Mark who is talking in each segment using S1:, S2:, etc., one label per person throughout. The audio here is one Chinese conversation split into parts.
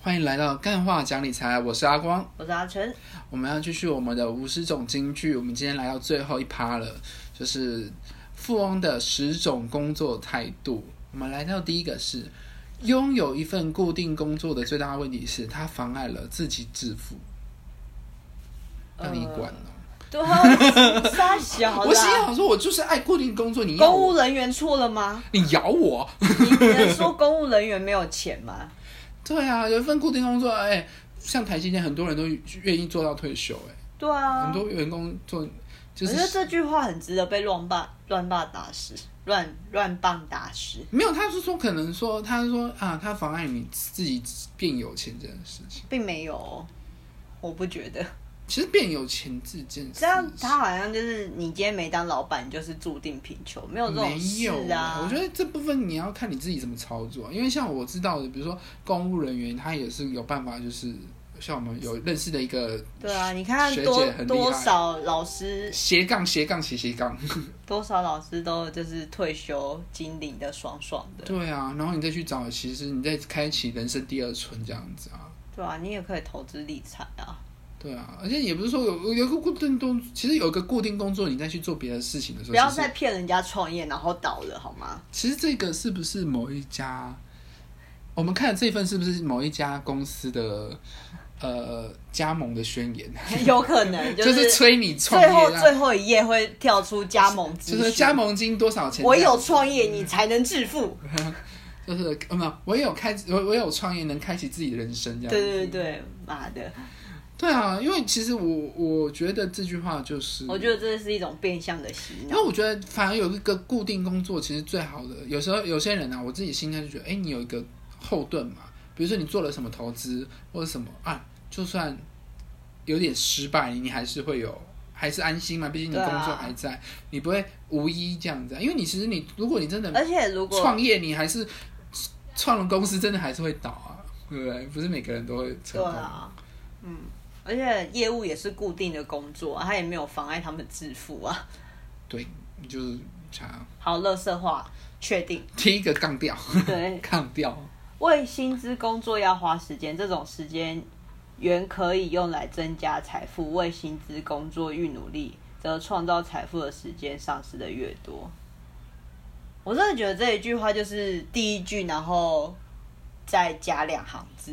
S1: 欢迎来到干话讲理财，我是阿光。
S2: 我是阿成，
S1: 我们要继续我们的五十种金句，我们今天来到最后一趴了，就是富翁的十种工作态度。我们来到第一个是，拥有一份固定工作的最大问题是，它妨碍了自己致富。让你管哦、
S2: 呃 对啊，傻小
S1: 我心
S2: 啦，
S1: 想说，我就是爱固定工作，你要
S2: 公务
S1: 我，
S2: 人员错了吗？
S1: 你咬我。
S2: 你能说公务人员没有钱吗？
S1: 对啊，有一份固定工作，哎、像台积电，很多人都愿意做到退休、
S2: 对
S1: 哎、
S2: 啊，
S1: 很多员工做就
S2: 我觉得
S1: 是
S2: 这句话很值得被乱霸乱霸打死，乱乱棒打死。
S1: 没有，他是说可能说，他是说啊，他妨碍你自己变有钱这件事情。
S2: 并没有哦，我不觉得。
S1: 其实变有钱这件事情，
S2: 这样他好像就是你今天没当老板，你就是注定贫穷，没有这种
S1: 没有
S2: 事啊。
S1: 我觉得这部分你要看你自己怎么操作，啊因为像我知道的，比如说公务人员，他也是有办法，就是像我们有认识的一个
S2: 对啊，你看
S1: 学
S2: 多
S1: 姐很厉害
S2: 多少老师，
S1: 斜杠斜杠斜斜杠，
S2: 多少老师都就是退休金领的爽爽的。
S1: 对啊，然后你再去找，其实你再开启人生第二春这样子啊。
S2: 对啊，你也可以投资理财啊。
S1: 对啊，而且也不是说有有个固定工，其实有个固定工作，你再去做别的事情的时候，
S2: 不要
S1: 其实
S2: 再骗人家创业然后倒了好 吗？
S1: 其实这个是不是某一家？我们看的这份是不是某一家公司的呃加盟的宣言？
S2: 有可 能
S1: 就是、
S2: 是
S1: 催你创
S2: 最后
S1: 业
S2: 最
S1: 啊，
S2: 后一页会跳出加盟资
S1: 就
S2: 讯，
S1: 是加盟金多少钱？
S2: 我有，创业，你才能致富。
S1: 就是呃没有，我有开，我我有创业，能开启自己的人生这样子。
S2: 对对对，妈的，
S1: 对啊，因为其实我我觉得这句话就是，
S2: 我觉得这是一种变相的洗
S1: 因
S2: 脑
S1: 为。我觉得反而有一个固定工作，其实最好的。有时候有些人啊，我自己心态就觉得，哎、你有一个后盾嘛。比如说你做了什么投资或者什么啊，就算有点失败，你还是会有，还是安心嘛。毕竟你
S2: 对
S1: 工
S2: 啊
S1: 作还在，你不会无依这样子啊、因为你其实你，如果你真的
S2: 而且如果
S1: 创业，你还是创了公司，真的还是会倒啊，对不对？不是每个人都会成
S2: 对
S1: 功。
S2: 啊，嗯，而且业务也是固定的工作、啊，他也没有妨碍他们致富啊。
S1: 对，你就是 啥？
S2: 好，乐色化，确定
S1: 踢一个杠掉，
S2: 对。
S1: 杠掉。
S2: 为薪资工作要花时间，这种时间原可以用来增加财富。为薪资工作愈努力，则创造财富的时间丧失的越多。我真的觉得这一句话就是第一句，然后再加两行字。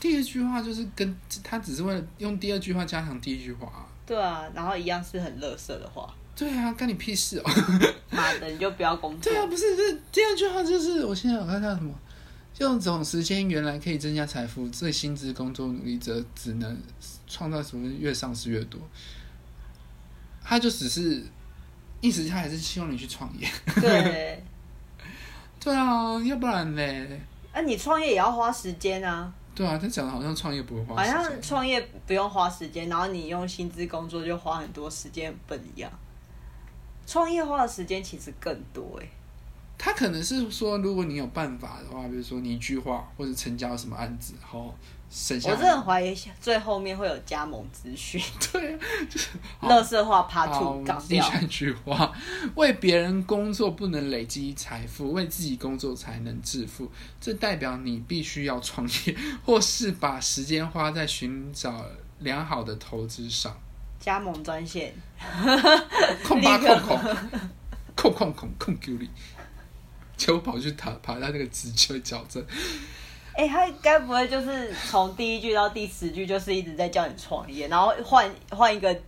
S1: 第二句话就是跟他只是为了用第二句话加强第一句话、啊。
S2: 对啊，然后一样是很垃圾的话。
S1: 对啊，干你屁事 哦！
S2: 妈的，你就不要工作
S1: 对。啊，不是，这第二句话就是我现在有看到什么，用这种时间原来可以增加财富，最薪资工作努力者只能创造什么越丧失越多。他就只是，意思他还是希望你去创业。
S2: 对，
S1: 对啊，要不然嘞？
S2: 那、啊你创业也要花时间啊，
S1: 对啊，他讲的好像创业不会花
S2: 好
S1: 时间。
S2: 像创业不用花时间，然后你用薪资工作就花很多时间，很笨一样。创业花的时间其实更多哎、
S1: 他可能是说，如果你有办法的话，比如说你一句话或者成交什么案子，然后省下
S2: 我
S1: 来。
S2: 真的很怀疑最后面会有加盟资 讯，
S1: 对啊，好
S2: 乐色化 Part
S1: 好
S2: Two 杠
S1: 第
S2: 掉。
S1: 三句话，为别人工作不能累积财富，为自己工作才能致富。这代表你必须要创业，或是把时间花在寻找良好的投资上。
S2: 加盟专线，
S1: 控吧
S2: 立
S1: 控
S2: 刻
S1: 控控控控控 Q 里，结果跑去打爬到那个直球矫正。
S2: 哎、他该不会就是从第一句到第十句就是一直在叫你创业，然后换换一个，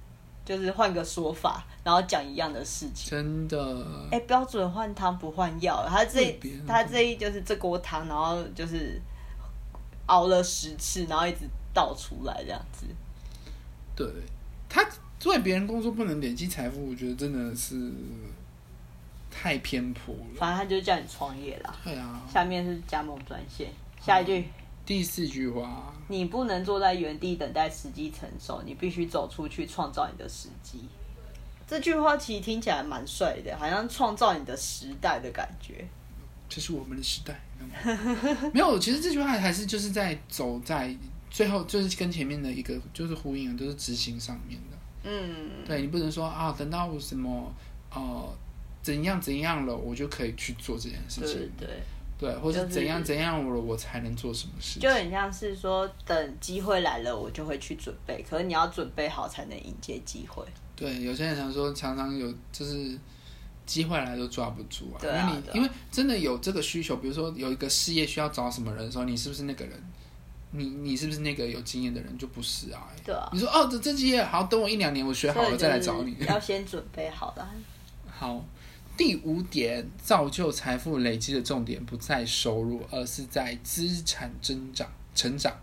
S2: 就是换个说法，然后讲一样的事情。
S1: 真的，
S2: 哎、标准换汤不换药，他这
S1: 特别
S2: 一他这一就是这锅汤，然后就是熬了十次，然后一直倒出来这样子。
S1: 对他为别人工作不能累积财富，我觉得真的是太偏颇了。
S2: 反正他就叫你创业啦。
S1: 对啊，
S2: 下面是加盟专线，下一句，
S1: 第四句话，
S2: 你不能坐在原地等待时机成熟，你必须走出去创造你的时机。这句话其实听起来蛮帅的，好像创造你的时代的感觉。
S1: 这是我们的时代。 没有，其实这句话还是就是在走在最后，就是跟前面的一个就是呼应的，就是执行上面的。
S2: 嗯，
S1: 对你不能说啊，等到我什么呃怎样怎样了，我就可以去做这件事
S2: 对
S1: 情。
S2: 对。
S1: 对，或
S2: 就是是
S1: 怎样怎样我我才能做什么事情
S2: 就。很像是说，等机会来了，我就会去准备。可是你要准备好，才能迎接机会。
S1: 对，有些人常说，常常有就是机会来都抓不住啊。
S2: 对啊
S1: 因为你
S2: 对啊
S1: 因为真的有这个需求，比如说有一个事业需要找什么人的时候，你是不是那个人？你你是不是那个有经验的人？就不是啊、
S2: 对啊，
S1: 你说哦，这这职业好，等我一两年我学好
S2: 所以
S1: 了
S2: 就
S1: 再来找你
S2: 是。要先准备好了。
S1: 好，第五点，造就财富累积的重点不在收入，而是在资产增长、成长。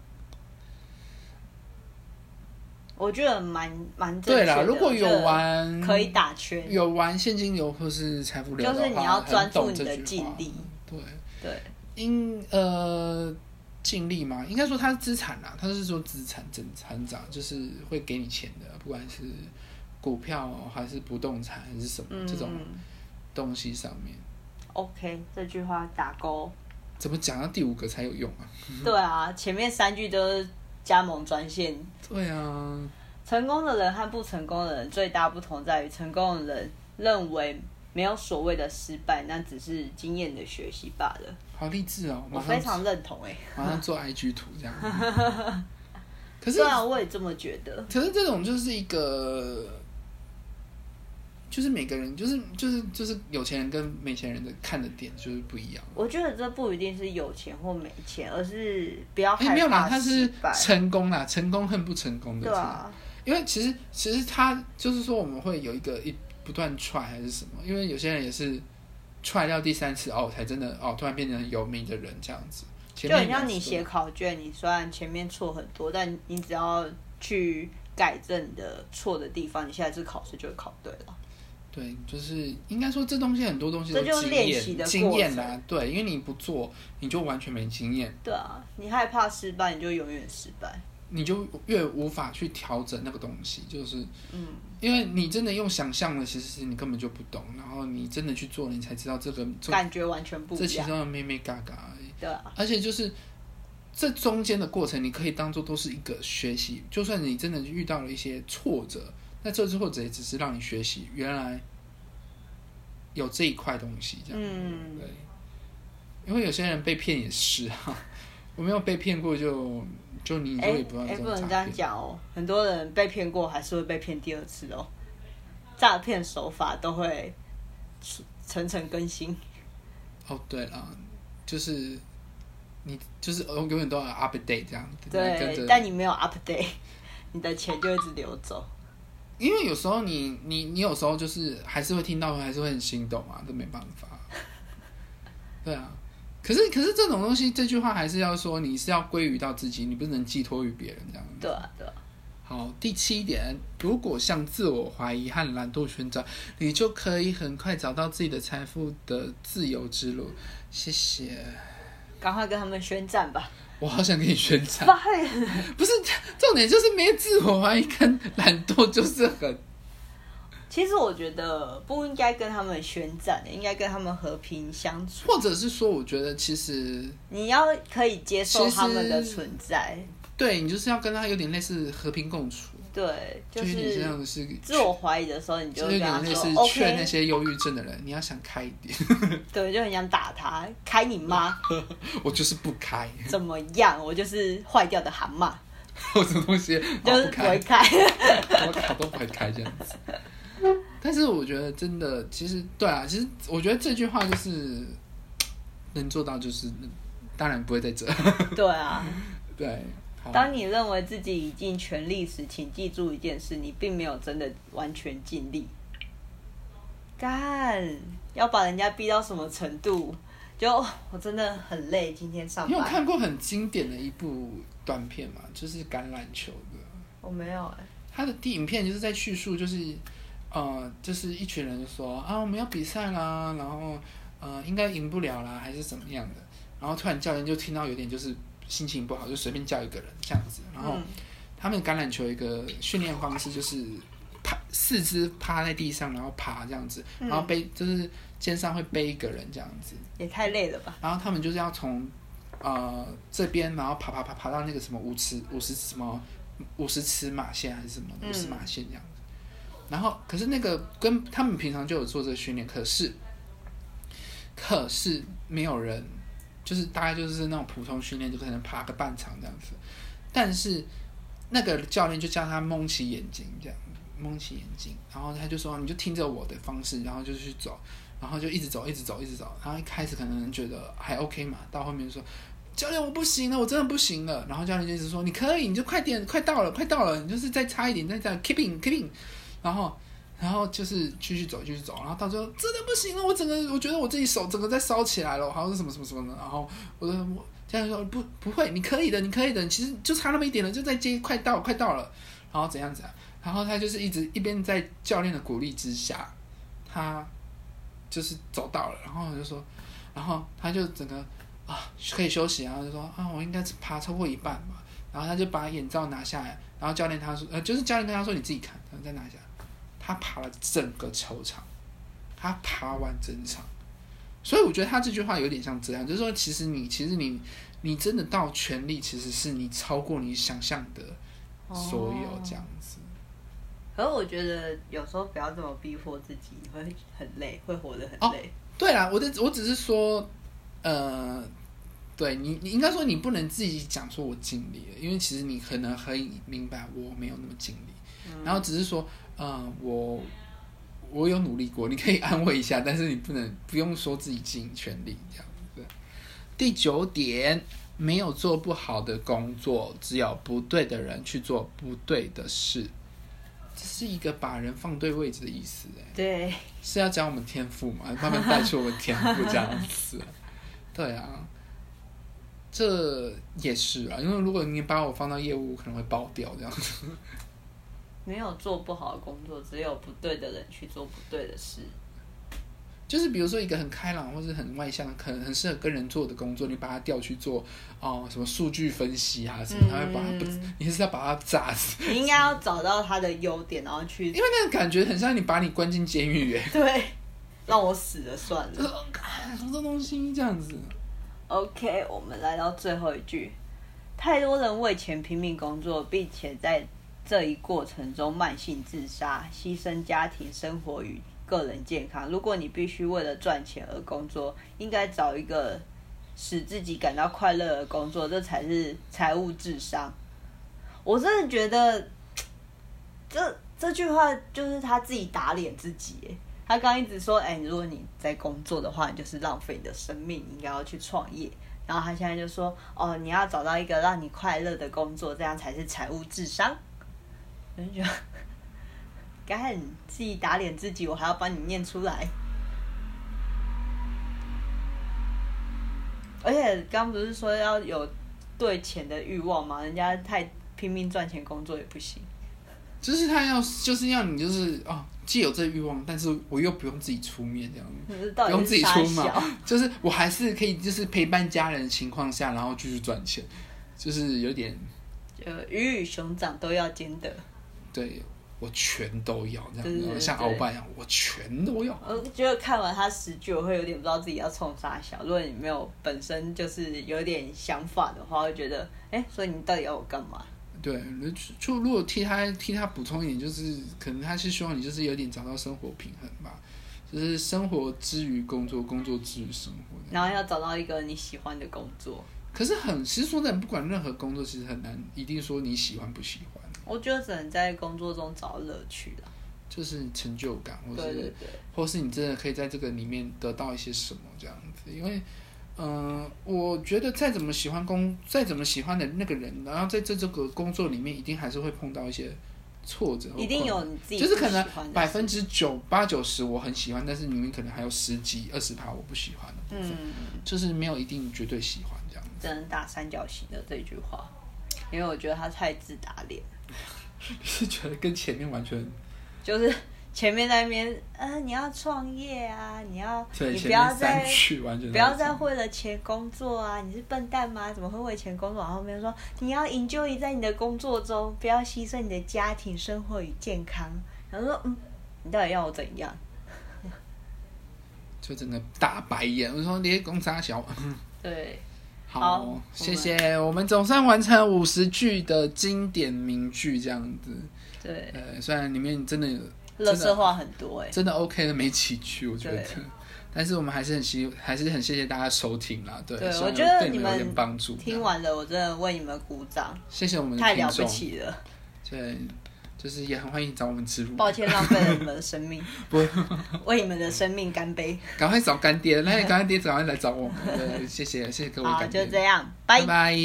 S2: 我觉得蛮蛮正
S1: 对
S2: 确
S1: 啦，
S2: 的。
S1: 如果有
S2: 玩，
S1: 玩
S2: 可以打圈，
S1: 有玩现金流或是财富流
S2: 就
S1: 的话，
S2: 是你要专
S1: 很
S2: 注
S1: 懂
S2: 你
S1: 这
S2: 的
S1: 句
S2: 尽
S1: 话
S2: 力。
S1: 对，
S2: 对，
S1: 因呃尽力嘛，应该说它是资产啦，它是说资产增成长，就是会给你钱的，不管是股票、还是不动产还是什么、
S2: 嗯
S1: 这种东西上面，
S2: OK，这句话打勾。
S1: 怎么讲到第五个才有用啊？
S2: 对啊，前面三句都是加盟专线。
S1: 对啊，
S2: 成功的人和不成功的人最大不同在于，成功的人认为没有所谓的失败，那只是经验的学习罢了。
S1: 好励志哦！
S2: 我
S1: 马
S2: 非
S1: 上
S2: 常认同哎、
S1: 马上做 IG 图这样。 可是
S2: 对啊，我也这么觉得。
S1: 可是这种就是一个，就是每个人就是就是就是有钱人跟没钱人的看的点就是不一样。
S2: 我觉得这不一定是有钱或没钱，而是不要
S1: 哎、
S2: 害
S1: 没有啦，
S2: 怕
S1: 他
S2: 失
S1: 是
S2: 败。
S1: 成功啦，成功恨不成功的。
S2: 对啊，
S1: 因为其实其实他就是说我们会有一个一不断踹还是什么，因为有些人也是踹到第三次哦，才真的哦，突然变成有名的人这样子。前
S2: 啊就
S1: 面
S2: 很像你
S1: 两次都
S2: 写考卷，你虽然前面错很多，但你只要去改正你的错的地方，你下一次考试就会考对了。
S1: 对，就是应该说这东西很多东西都
S2: 这就是
S1: 经
S2: 练习
S1: 验
S2: 的
S1: 经
S2: 过
S1: 验
S2: 程
S1: 啦，对，因为你不做，你就完全没经验，
S2: 对啊，你害怕失败，你就永远失败。
S1: 你就越无法去调整那个东西，就是
S2: 嗯，
S1: 因为你真的用想象的，其实是你根本就不懂，然后你真的去做，你才知道这个这
S2: 感觉完全不
S1: 这
S2: 一
S1: 其
S2: 样。
S1: 中的妹妹嘎嘎而已，
S2: 对啊，
S1: 而且就是。这中间的过程，你可以当做都是一个学习。就算你真的遇到了一些挫折，那这次挫折也只是让你学习，原来有这一块东西这样。
S2: 嗯
S1: 对，，因为有些人被骗也是啊， 我没有被骗过就就你以后也
S2: 哎
S1: 嗯不要
S2: 哎，
S1: 这
S2: 不能
S1: 种
S2: 这
S1: 诈
S2: 样
S1: 骗。
S2: 讲哦，很多人被骗过，还是会被骗第二次哦。诈骗手法都会层层更新。
S1: 哦，对了，就是你就是哦永远都要 update 这样子，跟
S2: 对
S1: 着，
S2: 但你没有 update，你的钱就一直流走。
S1: 因为有时候你你你有时候就是还是会听到，还是会很心动啊，这没办 法。对啊，可是可是这种东西，这句话还是要说，你是要归于到自己，你不能寄托于别人这样子。
S2: 对啊，对啊，
S1: 好，第七点，如果向自我怀疑和懒惰寻找，你就可以很快找到自己的财富的自由之路。谢谢，
S2: 赶快跟他们宣 战吧！
S1: 我好想给你宣传，
S2: 拜，
S1: 不是重点，就是没自我怀疑跟懒惰就是很
S2: 其实我觉得不应该跟他们宣战，应该跟他们和平相处。
S1: 或者是说，我觉得其实
S2: 你要可以接受
S1: 其实
S2: 他们的存在，
S1: 对你就是要跟他有点类似和平共处，
S2: 对，就
S1: 有点
S2: 是
S1: 像是
S2: 自我怀疑的时候，你就
S1: 就
S2: 会
S1: 有
S2: 跟他
S1: 点类
S2: 说
S1: 似劝那
S2: OK，
S1: 些忧郁症的人，你要想开一点，
S2: 对，就很想打他，开你妈，
S1: 我就是不开，
S2: 怎么样？我就是坏掉的蛤蟆，
S1: 我什么东西
S2: 就
S1: 我哦
S2: 是
S1: 不
S2: 不
S1: 开
S2: 会。开。
S1: 我卡都不会开这样子。但是我觉得真的，其实对啊，其实我觉得这句话就是能做到，就是当然不会在这。
S2: 对啊，
S1: 对，好，
S2: 当你认为自己已尽全力时，请记住一件事：你并没有真的完全尽力。干，要把人家逼到什么程度？就我真的很累，今天上
S1: 你有
S2: 班
S1: 看过很经典的一部短片嘛？就是橄榄球的，
S2: 我没有哎、
S1: 它的第影片就是在叙述，就是呃，就是一群人就说啊，我们要比赛啦，然后呃，应该赢不了啦，还是怎么样的。然后突然教练就听到有点就是心情不好，就随便叫一个人这样子，然后
S2: 嗯，
S1: 他们橄榄球有一个训练方式就是趴四肢趴在地上，然后爬这样子，
S2: 嗯
S1: 然后背就是肩上会背一个人这样子，
S2: 也太累了吧？
S1: 然后他们就是要从呃这边，然后爬爬爬爬到那个什么五尺五十什么五十尺马线还是什么
S2: 嗯
S1: 五十马线这样子。然后可是那个跟他们平常就有做这个训练，可是可是没有人就是大概就是那种普通训练，就可能爬个半场这样子。但是那个教练就叫他蒙起眼睛，这样蒙起眼睛，然后他就说你就听着我的方式，然后就去走，然后就一直走，一直走，一直走。然后一开始可能觉得还 OK 嘛，到后面就说教练我不行了，我真的不行了。然后教练就一直说你可以，你就快点，快到了，快到了，你就是再差一点，再这样 keeping keeping，然后。然后就是继续走，继续走，然后到最后真的不行了，我整个我觉得我自己手整个在烧起来了，好像是什么什么什么的。然后我就我教练说不不会，你可以的，你可以的，其实就差那么一点了，就在接，快到了快到了，然后怎样怎样，然后他就是一直一边在教练的鼓励之下，他就是走到了，然后我就说，然后他就整个啊可以休息，然后就说啊我应该是爬超过一半吧，然后他就把眼罩拿下来，然后教练他说呃就是教练跟他说你自己看，然后再拿下来。他爬了整个球场，他爬完整场，所以我觉得他这句话有点像这样，就是说，其实你，其实你，你真的到全力，其实是你超过你想象的哦所有这样子。
S2: 哦可是我觉得有时候不要这么逼迫自己，会很累，会活得很
S1: 哦
S2: 累。
S1: 对啦，我的我只是说，呃，对你，你应该说你不能自己讲说我尽力了，因为其实你可能可以明白我没有那么尽力，然后只是说，嗯，我我有努力过，你可以安慰一下，但是你不能不用说自己尽全力这样子。第九点，没有做不好的工作，只有不对的人去做不对的事，这是一个把人放对位置的意思、欸，
S2: 对，
S1: 是要讲我们天赋嘛，慢慢带出我们天赋这样子。对啊，这也是啊，因为如果你把我放到业务，我可能会爆掉这样子。
S2: 没有做不好的工作，只有不对的人去做不对的事。
S1: 就是比如说一个很开朗或是很外向，可能很适合跟人做的工作，你把他调去做哦、什么数据分析啊什么，他会把他不，
S2: 嗯
S1: 你是要把他炸死，
S2: 你应该要找到他的优点，然后去
S1: 因 为那个感觉很像你把你关进监狱耶，
S2: 对，让我死了算
S1: 就是
S2: 了。
S1: 哦干什么这东西这样子。
S2: OK，我们来到最后一句，太多人为钱拼命工作，并且在这一过程中慢性自杀，牺牲家庭生活与个人健康。如果你必须为了赚钱而工作，应该找一个使自己感到快乐的工作，这才是财务智商。我真的觉得这这句话就是他自己打脸自己耶。他刚一直说，哎、如果你在工作的话，你就是浪费你的生命，你应该要去创业。然后他现在就说，哦，你要找到一个让你快乐的工作，这样才是财务智商。我就觉得，干自己打脸自己，我还要帮你念出来。而且刚不是说要有对钱的欲望吗？人家太拼命赚钱工作也不行。
S1: 就是他要，就是要你，就是哦，既有这欲望，但是我又不用自己出面这样子，
S2: 可是到
S1: 嗯不用
S2: 底
S1: 自
S2: 是
S1: 己
S2: 啥
S1: 出
S2: 小？
S1: 嘛，就是我还是可以，就是陪伴家人的情况下，然后继续赚钱，就是有点
S2: 就鱼与熊掌都要兼得。
S1: 对我全都要这样
S2: 对对
S1: 子，
S2: 对
S1: 像
S2: 对
S1: 鳌拜一样，我全都要。
S2: 我觉得看完他十句，我会有点不知道自己要冲啥小。如果你没有本身就是有点想法的话，会觉得，哎、所以你到底要我干嘛？
S1: 对，就就如果替他替他补充一点，就是可能他是希望你就是有点找到生活平衡吧，就是生活之于工作，工作之于生活这样。
S2: 然后要找到一个你喜欢的工作。
S1: 可是很，其实说真的，不管任何工作，其实很难一定说你喜欢不喜欢。
S2: 我觉得只能在工作中找到乐趣了。
S1: 就是成就感，或是
S2: 对对对，
S1: 或是你真的可以在这个里面得到一些什么这样子。因为，嗯、我觉得再怎么喜欢工，再怎么喜欢的那个人，然后在这这个工作里面，一定还是会碰到一些挫折，
S2: 一定。有你自己
S1: 就是可
S2: 不喜欢
S1: 能
S2: 的
S1: 百
S2: 事
S1: 分之九八九十我很喜欢，但是里面可能还有十几二十趴我不喜欢的部分，
S2: 嗯，
S1: 就是没有一定绝对喜欢这 样。
S2: 只能打三角形的这句话，因为我觉得他太自打脸。
S1: 是觉得跟前面完全
S2: 就是前面那边，嗯、你要创业啊，你要
S1: 对
S2: 你
S1: 前
S2: 不要
S1: 面三
S2: 再
S1: 句完全
S2: 不要
S1: 这
S2: 再
S1: 样
S2: 为了钱工作啊！你是笨蛋吗？怎么会为钱工作？然后后面说你要 enjoy 在你的工作中，不要牺牲你的家庭生活与健康。然后说，嗯，你到底要我怎样？
S1: 就整个大白眼，我说连公差小。
S2: 对，好
S1: 好
S2: 我，
S1: 谢谢，我们总算完成五十句的经典名句，这样子。
S2: 对，
S1: 呃，虽然里面真的
S2: 乐色话很多哎、
S1: 真的 OK 的没几句，我觉得
S2: 对。
S1: 但是我们还是很希，还是很谢谢大家收听啦。对，
S2: 对
S1: 希望
S2: 我觉得
S1: 对你
S2: 你
S1: 们
S2: 们
S1: 有点帮助。
S2: 听完了，我真的为你们鼓掌，
S1: 谢谢我们的
S2: 太
S1: 听
S2: 了不
S1: 众，
S2: 起了。
S1: 对，就是也很欢迎找我们植入，
S2: 抱歉浪费了你们的生 命，为你们的生命干杯。
S1: 赶快找 干爹，那你干爹赶快来找我们。对，谢谢，谢谢各位
S2: 好，
S1: 干爹，
S2: 就这样，
S1: 拜拜